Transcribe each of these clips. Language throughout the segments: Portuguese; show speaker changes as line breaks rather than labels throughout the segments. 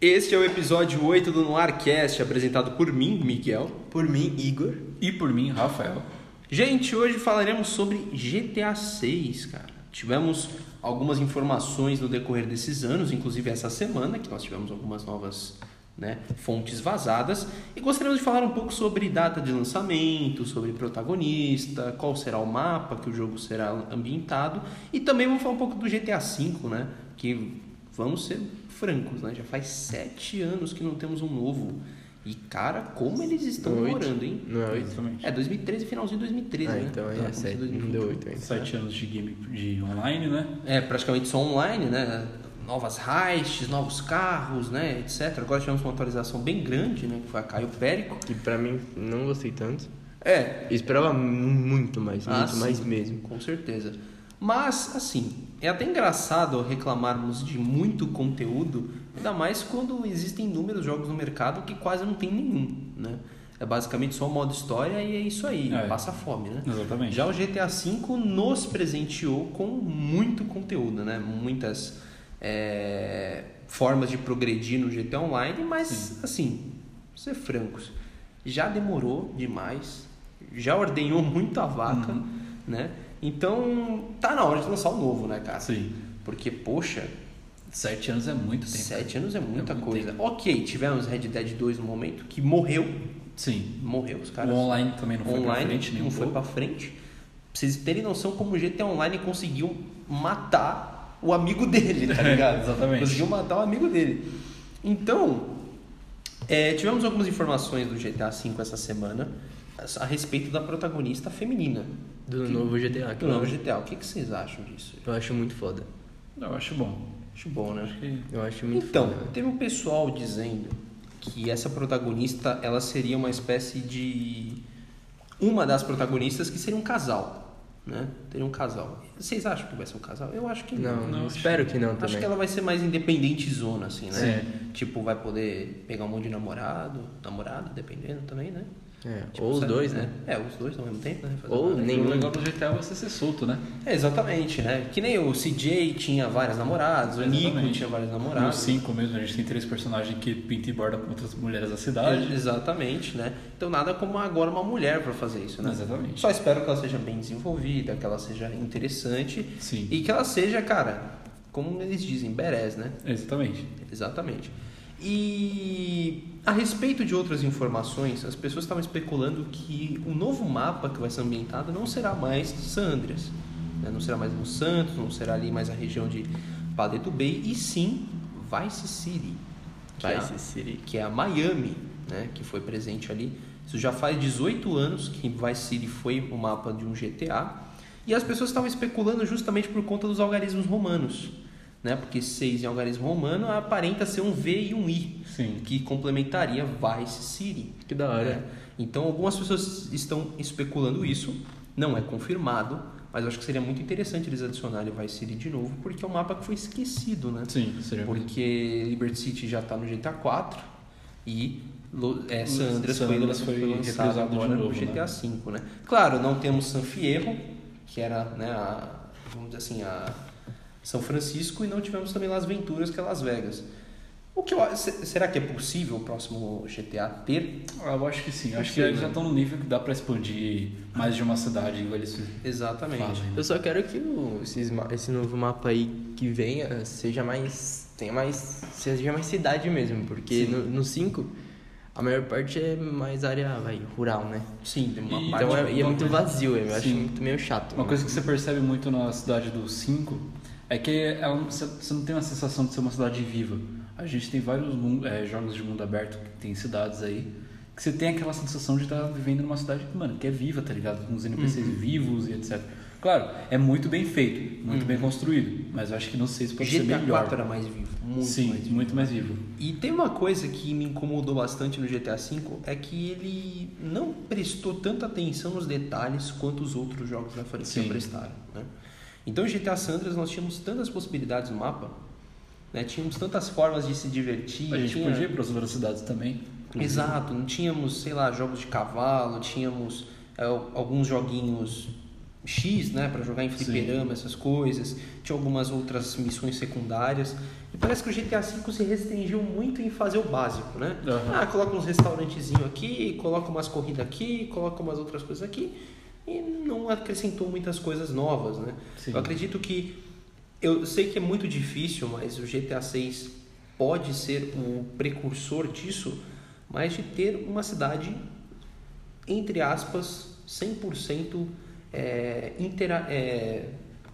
Este é o episódio 8 do Noarcast, apresentado por mim, Miguel.
Por mim, Igor.
E por mim, Rafael.
Gente, hoje falaremos sobre GTA 6, cara. Tivemos algumas informações no decorrer desses anos, inclusive essa semana, que nós tivemos algumas novas né, fontes vazadas. E gostaríamos de falar um pouco sobre data de lançamento, sobre protagonista, qual será o mapa que o jogo será ambientado. E também vamos falar um pouco do GTA V, né? Que vamos ser francos, né? Já faz sete anos que não temos um novo. E cara, como eles estão
Oito.
demorando, hein?
Não é oito?
Exatamente.
É, 2013, finalzinho de 2013,
Ah,
né?
então
Tá,
é
começo de
sete. Não
2020.
deu oito ainda.
Sete anos de game de online, né?
É, praticamente só online, né? Novas heists, novos carros, né? Etc. Agora tivemos uma atualização bem grande, né? Que foi a Caio Périco.
Que pra mim, não gostei tanto.
É,
Eu esperava mu- muito mais,
Ah,
muito
sim.
mais mesmo.
com certeza. Mas, assim, é até engraçado reclamarmos de muito conteúdo, ainda mais quando existem inúmeros jogos no mercado que quase não tem nenhum, né? É basicamente só o modo história e é isso aí,
É.
passa fome, né?
Exatamente.
Já o GTA V nos presenteou com muito conteúdo, né? Muitas é, formas de progredir no GTA Online, mas assim, vamos ser francos, já demorou demais, já ordenhou muito a vaca,
Uhum.
né? Então tá na hora de lançar o novo, né, cara?
Ah, Sim.
Porque, poxa,
Sete anos é muito tempo.
sete anos é muita
muito
coisa. Ok, tivemos Red Dead 2 no momento, que morreu,
Sim.
morreu, os caras
o online também não foi pra
online
frente nem
não
um
foi
pouco.
pra frente. Pra vocês terem noção como o GTA Online conseguiu matar o amigo dele, tá
É,
ligado?
exatamente.
Conseguiu matar o amigo dele. Então, é, tivemos algumas informações do GTA V essa semana a respeito da protagonista feminina
Do novo GTA, que
do novo GTA. O que, que vocês acham disso?
eu acho muito foda.
Eu acho bom.
Acho bom, né?
Acho que
Eu acho muito
Então,
foda. né?
teve um pessoal dizendo que essa protagonista ela seria uma espécie de uma das protagonistas que seria um casal, né? Teria um casal. Vocês acham que vai ser um casal? Eu acho que não.
Não,
não,
espero que não
Acho
também.
que ela vai ser mais independente zona, assim, né? Tipo, vai poder pegar um monte de namorado, namorada, dependendo também, né?
É,
Tipo,
ou os
sabe,
dois,
né?
né?
É, os dois ao mesmo tempo, né? Fazer
Ou
uma-
Nenhum.
o legal do GTA é você ser solto, né?
É, exatamente, né? Que nem o CJ tinha várias namoradas, o Nico
Exatamente.
tinha várias
No
namoradas.
5 mesmo, a gente tem três personagens que pinta e borda com outras mulheres da cidade.
Exatamente, né? Então nada como agora uma mulher pra fazer isso, né?
Exatamente.
Só espero que ela seja bem desenvolvida, que ela seja interessante
Sim.
e que ela seja, cara, como eles dizem, berés, né?
Exatamente.
Exatamente. E a respeito de outras informações, as pessoas estavam especulando que o novo mapa que vai ser ambientado não será mais San Andreas, né? não será mais no Santos, não será ali mais a região de Paleto Bay, e sim Vice City. que é a-
Vice City.
que é a Miami, né, que foi presente ali. Isso já faz 18 anos que Vice City foi o mapa de um GTA. E as pessoas estavam especulando justamente por conta dos algarismos romanos, né? Porque 6 em algarismo romano aparenta ser um V e um I,
Sim.
que complementaria Vice City.
Que da hora.
né? Então algumas pessoas estão especulando isso, não é confirmado, mas eu acho que seria muito interessante eles adicionarem Vice City de novo, porque é um mapa que foi esquecido, né?
Sim, seria muito
Porque Liberty City já tá no GTA 4 e Lo- é, San
San
Andreas foi,
Andreas
foi
foi
lançado
reprisado de
agora no
novo,
GTA V, né? Claro, não temos San Fierro, que era, né, a, vamos dizer assim, a São Francisco, e não tivemos também Las Venturas, que é Las Vegas. O que eu a- se- será que é possível o próximo GTA ter?
Ah, Eu acho que sim.
Não
Acho que
sei,
eles
né?
já estão no nível que dá pra expandir mais de uma cidade igual eles
Exatamente.
fazem. né?
Eu só quero que o, esses ma- esse novo mapa aí que venha seja mais. tenha mais. seja mais cidade mesmo, porque
Sim.
no- no 5 a maior parte é mais área vai, rural, né?
Sim, de uma
E-
parte.
Então é, e é
uma
muito
coisa-
vazio, eu acho
Sim.
muito meio chato. né?
Uma coisa que você percebe muito na cidade do 5 é que ela não- você você não tem uma sensação de ser uma cidade viva. A gente tem vários mun- eh, jogos de mundo aberto que tem cidades aí que você tem aquela sensação de estar vivendo numa cidade que, mano, que é viva, tá ligado? Com os NPCs
Uhum.
vivos e etc. Claro, é muito bem feito, muito
Uhum.
bem construído, mas eu acho que não sei se pode ser
GTA
melhor.
4 era mais vivo, é muito
Sim,
mais vivo.
muito mais vivo.
E tem uma coisa que me incomodou bastante no GTA V é que ele não prestou tanta atenção nos detalhes quanto os outros jogos da franquia
Sim.
prestaram. Né? Então, em GTA Sandras nós tínhamos tantas possibilidades no mapa, né? tínhamos tantas formas de se divertir.
A gente
tinha-
podia ir para as outras cidades também.
Exato, não tínhamos, sei lá, jogos de cavalo, tínhamos é, al- alguns joguinhos X, né, para jogar em fliperama, essas coisas, tinha algumas outras missões secundárias. E Parece que o GTA V se restringiu muito em fazer o básico, né?
Aham.
Ah, coloca uns restaurantezinhos aqui, coloca umas corridas aqui, coloca umas outras coisas aqui. E não acrescentou muitas coisas novas, né?
Sim.
Eu acredito que. Eu sei que é muito difícil, mas o GTA 6 pode ser o precursor disso, mas de ter uma cidade, entre aspas, 100% é, intera, é,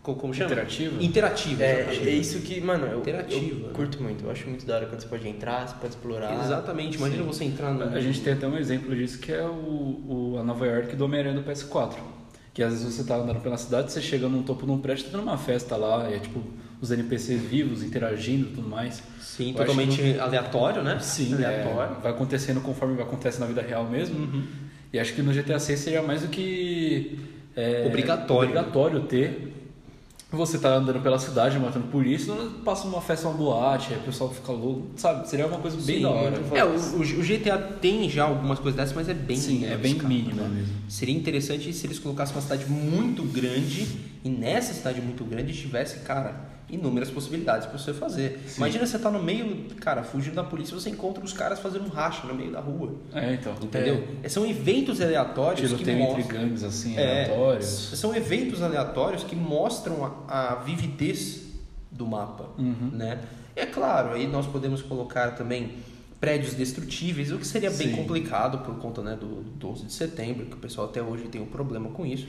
co- como chama?
Interativa?
Interativa,
É,
exatamente.
é isso que, mano, eu,
Interativo,
eu
né?
curto muito. Eu acho muito da hora quando você pode entrar, você pode explorar.
Exatamente, imagina você entrar no.
A gente tem até um exemplo disso que é o, o- a Nova York do Homem-Aranha do PS4. Que às vezes você tá andando pela cidade, você chega num topo de um prédio, tá tendo uma festa lá, e é tipo os NPCs vivos interagindo e tudo mais.
Sim,
Eu
totalmente aleatório, né?
Sim,
aleatório. Uhum.
é, vai acontecendo conforme acontece na vida real mesmo. E acho que no GTA 6 seria mais do que é,
Obrigatório.
obrigatório ter. Você tá andando pela cidade, matando polícia, passa uma festa, uma boate, aí o pessoal fica louco, sabe? Seria uma coisa bem
Sim,
da hora.
É, o, o- o GTA tem já algumas coisas dessas, mas é bem
Sim, é
menos,
bem
cara. né?
mínima mesmo.
Seria interessante se eles colocassem uma cidade muito grande e nessa cidade muito grande tivesse, cara, inúmeras possibilidades pra você fazer. Imagina você tá no meio, cara, fugindo da polícia, você encontra os caras fazendo um racha no meio da rua,
É, então.
entendeu? São eventos aleatórios que
Tiroteio entre
mostram...
gangues, assim,
É,
aleatórios.
são eventos aleatórios que mostram a, a vividez do mapa,
Uhum.
né? É claro, aí nós podemos colocar também prédios destrutíveis, o que seria bem
Sim.
complicado por conta né, do do 11 de setembro, que o pessoal até hoje tem um problema com isso.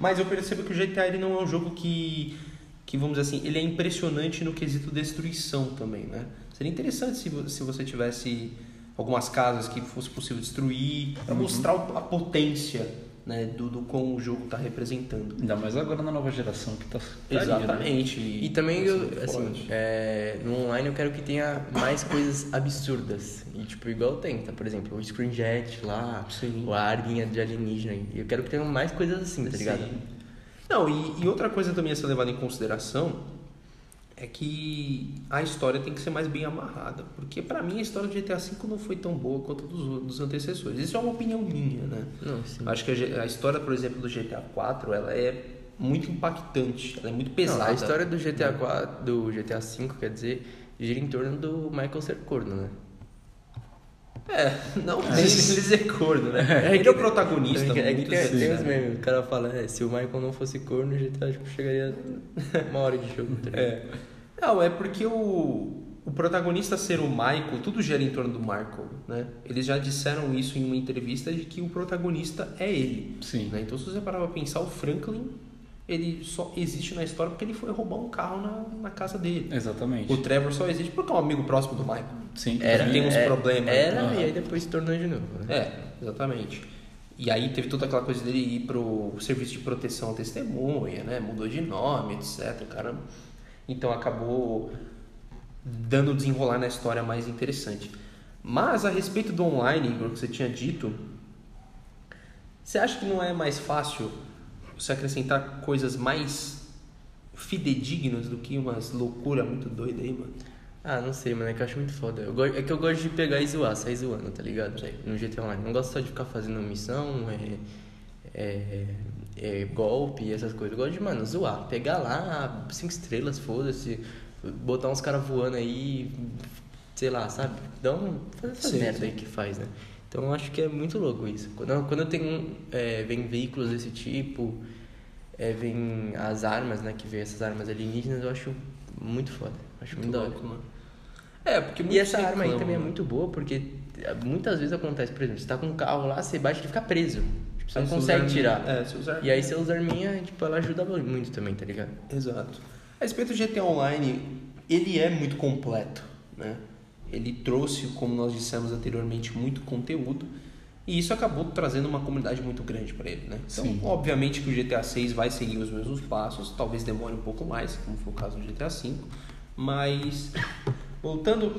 Mas eu percebo que o GTA ele não é um jogo que, que, vamos dizer assim, ele é impressionante no quesito destruição também, né? Seria interessante se, vo- se você tivesse algumas casas que fosse possível destruir,
Uhum.
para mostrar o- a potência né, do, do quão o jogo está representando.
Ainda mais agora na nova geração que tá. tá aí, né?
Exatamente.
E também,
Assim,
eu,
forte.
assim, é, no online eu quero que tenha mais coisas absurdas. E, tipo, igual tem, tá? Por exemplo, o Screenjet lá,
Sim.
ou a arguinha de alienígena. E eu quero que tenha mais coisas assim, tá ligado?
Sim. Não, e, e outra coisa também a ser levada em consideração é que a história tem que ser mais bem amarrada. Porque pra mim a história do GTA V não foi tão boa quanto a dos, o- dos antecessores. Isso é uma opinião minha, né?
Não, sim.
Acho que a, G- a história, por exemplo, do GTA IV, ela é muito impactante, ela é muito
Não,
pesada.
a história do GTA 4, do GTA V, quer dizer, gira em torno do Michael Cercorno, né?
É, não tem esse corno, né?
É
Ele
que-
é o protagonista.
É que- é que
muito
tem,
assim,
tem os
né?
memes, o cara fala, é, se o Michael não fosse corno, o GTA tipo, chegaria uma hora de jogo. tá ligado?
É. Não, é porque o, o protagonista ser o Michael, tudo gira em torno do Michael, né? Eles já disseram isso em uma entrevista de que o protagonista é ele.
Sim.
né? Então se você parar pra pensar, o Franklin, ele só existe na história porque ele foi roubar um carro na, na casa dele.
Exatamente.
O Trevor só existe porque é um amigo próximo do Michael.
Sim.
Era,
sim.
tem uns
é,
problemas.
Era,
Aham.
e aí depois se tornou de novo, né?
É, exatamente. E aí teve toda aquela coisa dele ir pro serviço de proteção à testemunha, né? Mudou de nome, etc. Caramba. Então acabou dando desenrolar na história mais interessante. Mas a respeito do online, Igor, que você tinha dito, você acha que não é mais fácil você acrescentar coisas mais fidedignas do que umas loucura muito doida aí, mano?
Ah, não sei, mano, é que eu acho muito foda. Eu gosto- é que eu gosto de pegar e zoar, sair zoando, tá ligado? No GTA Online. Não gosto só de ficar fazendo missão, é, é, é, golpe, essas coisas. Eu gosto de, mano, zoar. Pegar lá, cinco estrelas, foda-se. Botar uns caras voando aí, sei lá, sabe? Dá um, fazer essa
Sim,
merda
sim.
aí que faz, né? Então eu acho que é muito louco isso. Quando, quando tem, é, vem veículos desse tipo, é, vem as armas, né? Que vem essas armas alienígenas, eu acho muito foda. Acho muito, da hora.
mano. É, porque
E
muitos
essa arma aí
reclamam,
também é
né?
muito boa, porque eh, muitas vezes acontece, por exemplo, você tá com um carro lá, você bate e fica preso. Tipo, você não
Se
consegue
usar-
tirar.
É, se usar
E aí você usar minha, tipo, ela ajuda muito também, tá ligado?
Exato. A respeito do GTA Online, ele é muito completo, né? Ele trouxe, como nós dissemos anteriormente, muito conteúdo e isso acabou trazendo uma comunidade muito grande para ele, né? Então,
Sim.
obviamente que o GTA 6 vai seguir os mesmos passos, talvez demore um pouco mais, como foi o caso do GTA 5, mas voltando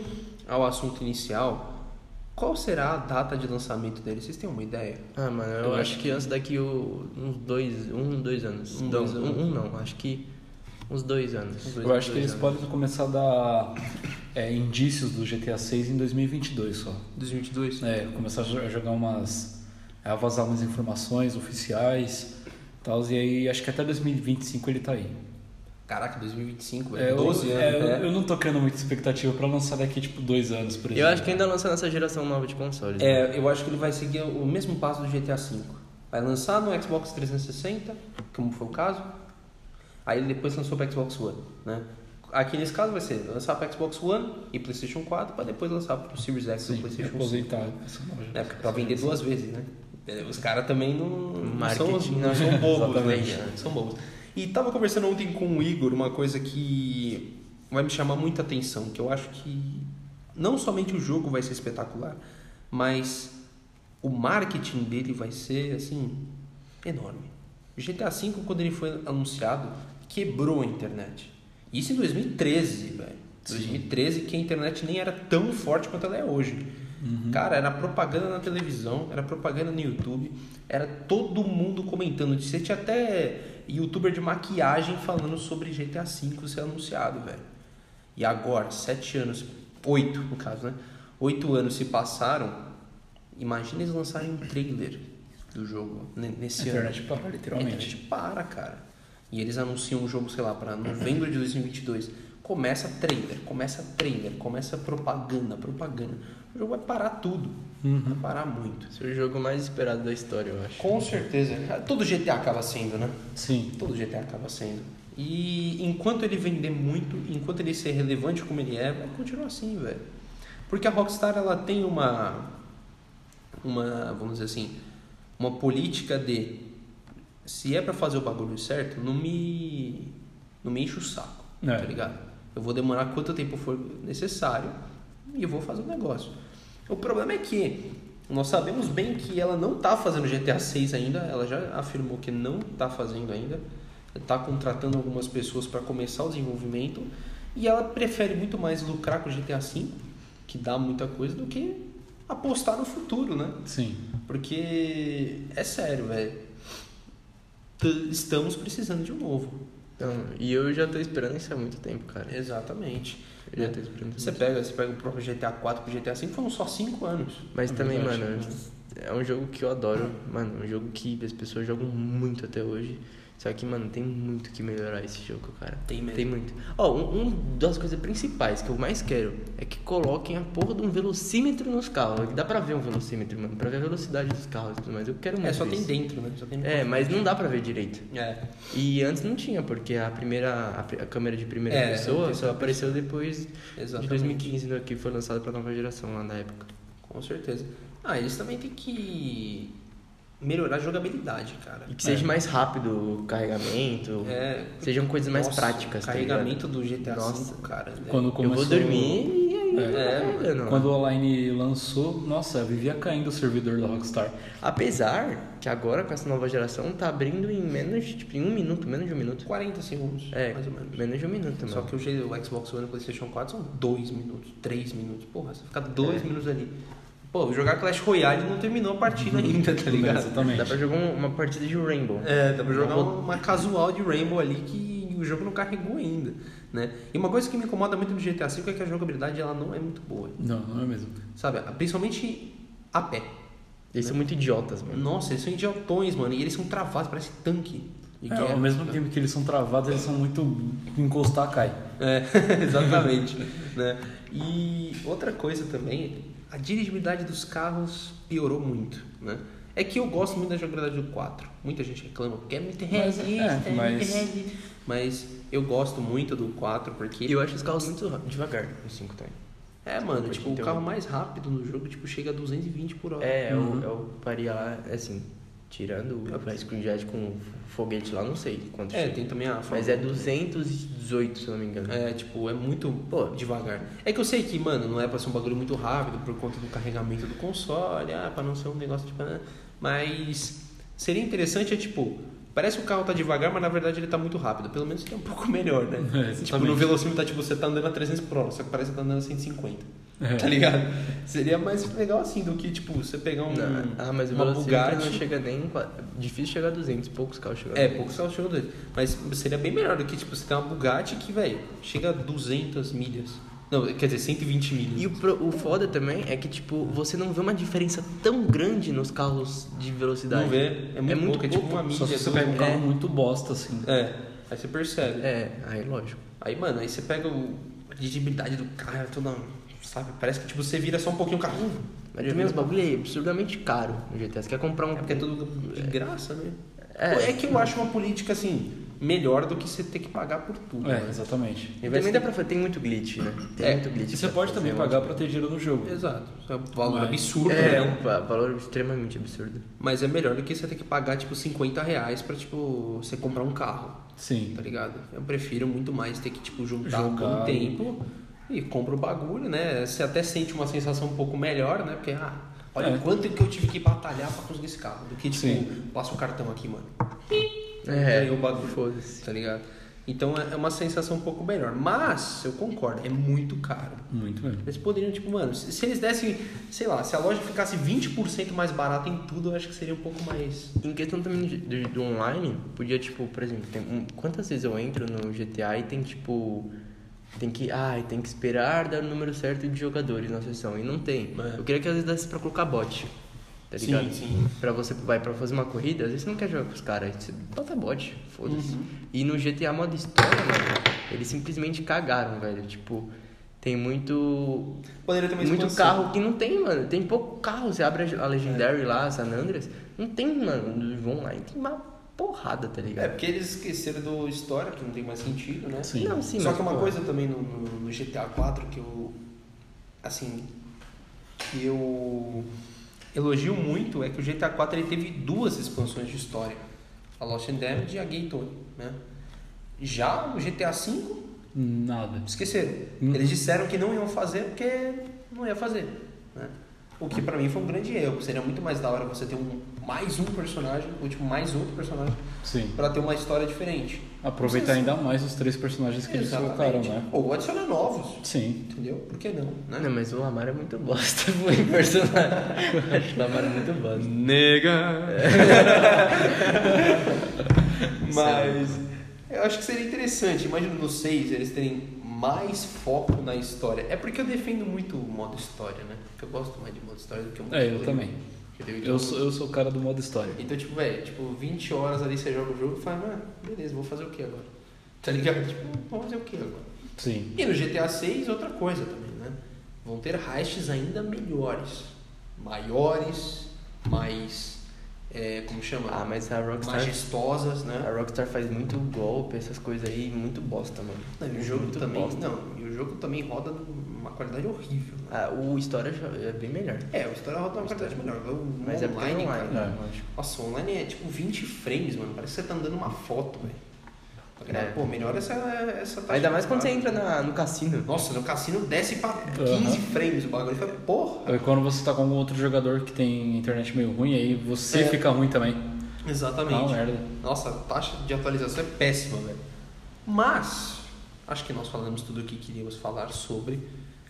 ao assunto inicial, qual será a data de lançamento dele? Vocês têm uma ideia?
Ah, mano, eu,
Eu
acho que antes daqui o- uns dois, um, dois anos.
Um,
não,
dois anos.
Um, um não, acho que uns dois anos.
Dois-
Eu acho que
dois
eles
anos.
podem começar a dar é, indícios do GTA 6 em 2022 só.
2022?
É, começar a jo- a jogar umas. é, a vazar umas informações oficiais e tal. E aí acho que até 2025 ele tá aí.
Caraca, 2025,
É,
é, 12
eu,
anos.
é,
né?
eu não tô criando muita expectativa pra lançar daqui, tipo, dois anos, por exemplo.
Eu acho que ainda lança nessa geração nova de consoles. né?
É, eu acho que ele vai seguir o mesmo passo do GTA V. Vai lançar no Xbox 360, como foi o caso. Aí ele depois lançou para Xbox One, né? Aqui nesse caso vai ser lançar para Xbox One e PlayStation 4 para depois lançar para o Series X e
Sim, é,
o PlayStation 5.
aposentado. essa nova
Né?
geração.
Pra vender duas vezes, né? É, Os caras também não, não, são,
Marketing.
não são bobos, né?
Exatamente.
Não São bobos. E tava conversando ontem com o Igor uma coisa que vai me chamar muita atenção, que eu acho que não somente o jogo vai ser espetacular, mas o marketing dele vai ser assim enorme. O GTA V quando ele foi anunciado quebrou a internet. Isso em 2013, velho. 2013 que a internet nem era tão forte quanto ela é hoje.
Uhum.
Cara, era propaganda na televisão, era propaganda no YouTube, era todo mundo comentando. Você tinha até youtuber de maquiagem falando sobre GTA V ser anunciado, velho. E agora, sete anos, oito no caso, né? Oito anos se passaram. Imagina eles lançarem um trailer do jogo ne-
A
nesse ano.
internet parou,
A
É literalmente.
internet para, cara. E eles anunciam o jogo, sei lá, pra novembro de 2022. Começa trailer, começa trailer, começa propaganda, propaganda. O jogo vai parar tudo.
Uhum.
Vai parar muito.
Esse é o jogo mais esperado da história, eu acho.
Com certeza. cara. Todo GTA acaba sendo, né?
Sim.
Todo GTA acaba sendo. E enquanto ele vender muito, enquanto ele ser relevante como ele é, vai continuar assim, velho. Porque a Rockstar ela tem uma uma, vamos dizer assim, uma política de se é pra fazer o bagulho certo, não me não me enche o saco,
É.
tá ligado? Eu vou demorar quanto tempo for necessário e eu vou fazer o negócio. O problema é que nós sabemos bem que ela não tá fazendo GTA 6 ainda, ela já afirmou que não tá fazendo ainda. Tá contratando algumas pessoas para começar o desenvolvimento e ela prefere muito mais lucrar com GTA 5, que dá muita coisa, do que apostar no futuro, né?
Sim.
Porque é sério, velho. T- Estamos precisando de um novo.
Então, e eu já tô esperando isso há muito tempo, cara.
Exatamente.
É.
Né?
Eu já tô esperando isso.
Você
há muito
pega, você pega o próprio GTA 4 pro GTA 5, foram só 5 anos.
tempo. Mas
É
também,
verdade,
mano, é um jogo que eu adoro. Mano, é um jogo que as pessoas jogam muito até hoje. Só que, mano, tem muito que melhorar esse jogo, cara.
Tem mesmo.
Tem muito. Ó, um, um das coisas principais que eu mais quero é que coloquem a porra de um velocímetro nos carros. Dá pra ver um velocímetro, mano. Pra ver a velocidade dos carros e tudo mais. Eu quero muito
É, só
isso.
tem dentro, né? Só tem no
É, mas não dá pra ver direito.
É.
E antes não tinha, porque a primeira a, pri- a câmera de primeira
É,
pessoa
tem
só apareceu depois de
Exatamente.
2015, né, que foi lançada pra nova geração lá na época.
Com certeza. Ah, eles também têm que melhorar a jogabilidade, cara.
E que seja mais rápido o carregamento,
É.
sejam coisas mais
Nossa,
práticas,
o
tá ligado?
Carregamento do GTA
Nossa.
V, cara. né?
Quando
Eu
começou...
vou dormir e aí
É.
eu
É,
vou carregando.
Quando o online lançou, nossa, eu vivia caindo o servidor da Rockstar.
Apesar que agora com essa nova geração tá abrindo em menos, de- tipo, em um minuto, menos de um minuto.
40 segundos,
É,
mais ou menos.
menos de um minuto, mano.
Só que o G- o Xbox One e o PlayStation 4 são 2 minutos, 3 minutos. Porra, você fica 2
É.
minutos ali. Pô, jogar Clash Royale não terminou a partida ainda, tá ligado?
Exatamente.
Dá pra jogar um- uma partida de Rainbow.
É, dá pra jogar uma, uma casual de Rainbow ali que o jogo não carregou ainda, né? E uma coisa que me incomoda muito no GTA V é que a jogabilidade ela não é muito boa,
Não, não é mesmo.
sabe? Principalmente a pé.
Eles são muito idiotas, mano.
Nossa, eles são idiotões, mano, e eles são travados, parece tanque. de
É,
guerra.
ao mesmo tempo que eles são travados, eles são muito. encostar cai.
É, exatamente. né? E outra coisa também, a dirigibilidade dos carros piorou muito, né? É que eu gosto muito da jogabilidade do 4. Muita gente reclama, porque é muito
Mas,
realista,
é,
é, muito
mas-
realista. Mas eu gosto muito do 4 porque...
E eu acho os carros muito ra- devagar, os 5 também.
É, mano, tipo, o
Então-
carro mais rápido no jogo, tipo, chega a 220 por hora.
É,
Uhum.
eu, eu paria lá, assim, tirando o screenjet com foguete lá, não sei quanto
É,
chega.
tem também a... um,
Mas é né? 218, se eu não me engano.
É, tipo, é muito pô, devagar. É que eu sei que, mano, não é pra ser um bagulho muito rápido por conta do carregamento do console, ah, pra não ser um negócio tipo. né? Mas seria interessante, é tipo, parece que o carro tá devagar, mas na verdade ele tá muito rápido. Pelo menos ele é um pouco melhor, né?
É, exatamente.
tipo, no velocímetro tá tipo, você tá andando a 300 por hora, só que parece que tá andando a 150.
é.
Tá ligado? Seria mais legal assim do que, tipo, você pegar um.
Não, ah, mas o
uma
velocímetro não
Bugatti.
chega nem... em qua- Difícil chegar a 200, poucos carros chegam a
É,
200.
pouco só chegou dois. Mas seria bem melhor do que, tipo, você ter uma Bugatti que, velho, chega a 200 milhas. Não, quer dizer, 120 milhas.
E o, pro- o foda também é que, tipo, você não vê uma diferença tão grande nos carros de velocidade.
Não vê, é muito pouco, é tipo uma
Só
mídia.
se você
duas-
pega um carro
É.
muito bosta, assim.
É. Aí você percebe.
É, aí lógico.
Aí, mano, aí você pega o- a dirigibilidade do carro, toda. Sabe? Parece que tipo, você vira só um pouquinho o carro. hum,
Mas também os bagulho é absurdamente caro no GTA. Você quer comprar um.
É porque é tudo de graça, né?
É.
Pô, É, que eu acho uma política, assim, melhor do que você ter que pagar por tudo.
É,
né?
exatamente.
Ao invés
Também
de-
dá pra fazer. Tem muito glitch, né? Tem
É,
muito glitch.
E você
pra
pode
fazer
também
um-
pagar pra ter dinheiro no jogo.
Exato. Isso é um valor
Mas-
absurdo,
É, é
né?
um va- valor extremamente absurdo.
Mas é melhor do que você ter que pagar, tipo, 50 reais pra, tipo, você comprar um carro,
Sim.
tá ligado? Eu prefiro muito mais ter que, tipo, juntar
Jogar.
algum tempo e compra o bagulho, né? Você até sente uma sensação um pouco melhor, né? Porque, ah, olha
É.
o quanto que eu tive que batalhar pra conseguir esse carro. Do que, tipo,
Sim.
passa o cartão aqui, mano.
É,
Ganhou o bagulho.
Foda-se.
tá ligado? Então é é uma sensação um pouco melhor. Mas, eu concordo, é muito caro.
Muito mesmo.
Eles poderiam, tipo, mano, se se eles dessem, sei lá, se a loja ficasse 20% mais barata em tudo, eu acho que seria um pouco mais.
Em questão também de- um, do, do online, podia, tipo, por exemplo, tem um- quantas vezes eu entro no GTA e tem, tipo, tem que, ai, tem que esperar dar o número certo de jogadores na sessão, e não tem.
É.
Eu queria que às vezes desse pra colocar bot, tá
Sim,
ligado?
sim.
Pra você, vai pra fazer uma corrida, às vezes você não quer jogar com os caras, aí você bota bot, foda-se.
Uhum.
E no GTA modo história, mano, eles simplesmente cagaram, velho, tipo... Tem muito
Poderia ter uma
muito
expansão.
carro que não tem, mano. Tem pouco carro. Você abre a Legendary lá, a San Andreas, não tem, mano. No João lá, tem uma porrada, tá
É,
ligado?
porque eles esqueceram do história, que não tem mais sentido, né?
Sim.
Não, sim,
Só
mas,
que uma
pô,
coisa também no, no- no GTA 4 que eu. Assim. Que eu. Elogio muito é que o GTA 4 ele teve duas expansões de história: a Lost and Damage e a Gateway, né? Já o GTA V
Nada.
Esqueceram.
Uhum.
Eles disseram que não iam fazer porque não ia fazer. né? O que pra mim foi um grande erro. Seria muito mais da hora você ter um, mais um personagem, ou tipo, mais outro personagem,
Sim.
pra ter uma história diferente.
Aproveitar ainda mais os três personagens que eles colocaram, né?
Ou adicionar novos,
Sim.
entendeu? Por que não? né?
Não, não, mas o Lamar é muito bosta, pô, em personagem. Eu Acho o Lamar é muito bosta.
Nega!
Mas eu acho que seria interessante. Imagina no 6 eles terem mais foco na história. É porque eu defendo muito o modo história, né? Porque eu gosto mais de modo história do que o modo
É, eu
corrida.
também.
Entendeu? Então,
Eu sou, eu sou o cara do modo história.
Então, tipo, velho, tipo, 20 horas ali você joga o jogo e fala, mano, beleza, vou fazer o que agora? Tá ligado? Tipo, vamos fazer o que agora?
Sim.
E no GTA 6, outra coisa também, né? Vão ter heists ainda melhores, maiores, mais. é, como chama?
Ah, mas a Rockstar.
Majestosas, né?
A Rockstar faz muito golpe, essas coisas aí, muito bosta, mano.
Não, e o jogo
é muito
também.
bosta.
Não, e o jogo também roda numa qualidade horrível. né?
Ah, o História já é bem melhor.
É, o história roda numa qualidade melhor. O
Mas é porque é
online,
online,
cara.
né? Lógico.
Nossa, o online é tipo 20 frames, mano. Parece que você tá andando uma foto, velho. Tá ligado?
É.
Pô, melhor essa, essa taxa
Ainda
de
mais quando você
quadro.
entra na- no cassino.
Nossa, no cassino desce pra 15
Aham.
frames o bagulho. Eu falei, porra.
É Quando você tá com algum outro jogador que tem internet meio ruim, aí você
É.
fica ruim também.
Exatamente.
Ah, merda.
Nossa, a taxa de atualização é péssima, velho. Mas, acho que nós falamos tudo o que queríamos falar sobre.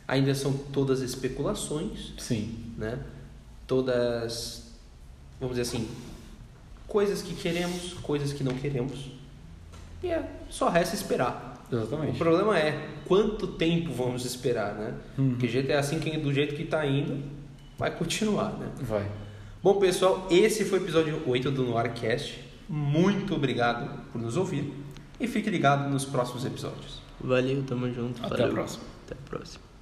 Ainda são todas especulações,
Sim.
né? Todas, vamos dizer assim, coisas que queremos, coisas que não queremos. E é, só resta esperar. O
Exatamente.
problema é quanto tempo vamos esperar, né?
Uhum.
Porque GTA V, do jeito que tá indo, vai continuar, né?
Vai.
Bom, pessoal, esse foi o episódio 8 do Noircast. Muito obrigado por nos ouvir e fique ligado nos próximos episódios.
Valeu, tamo junto.
Até a
valeu.
próxima.
Até a próxima.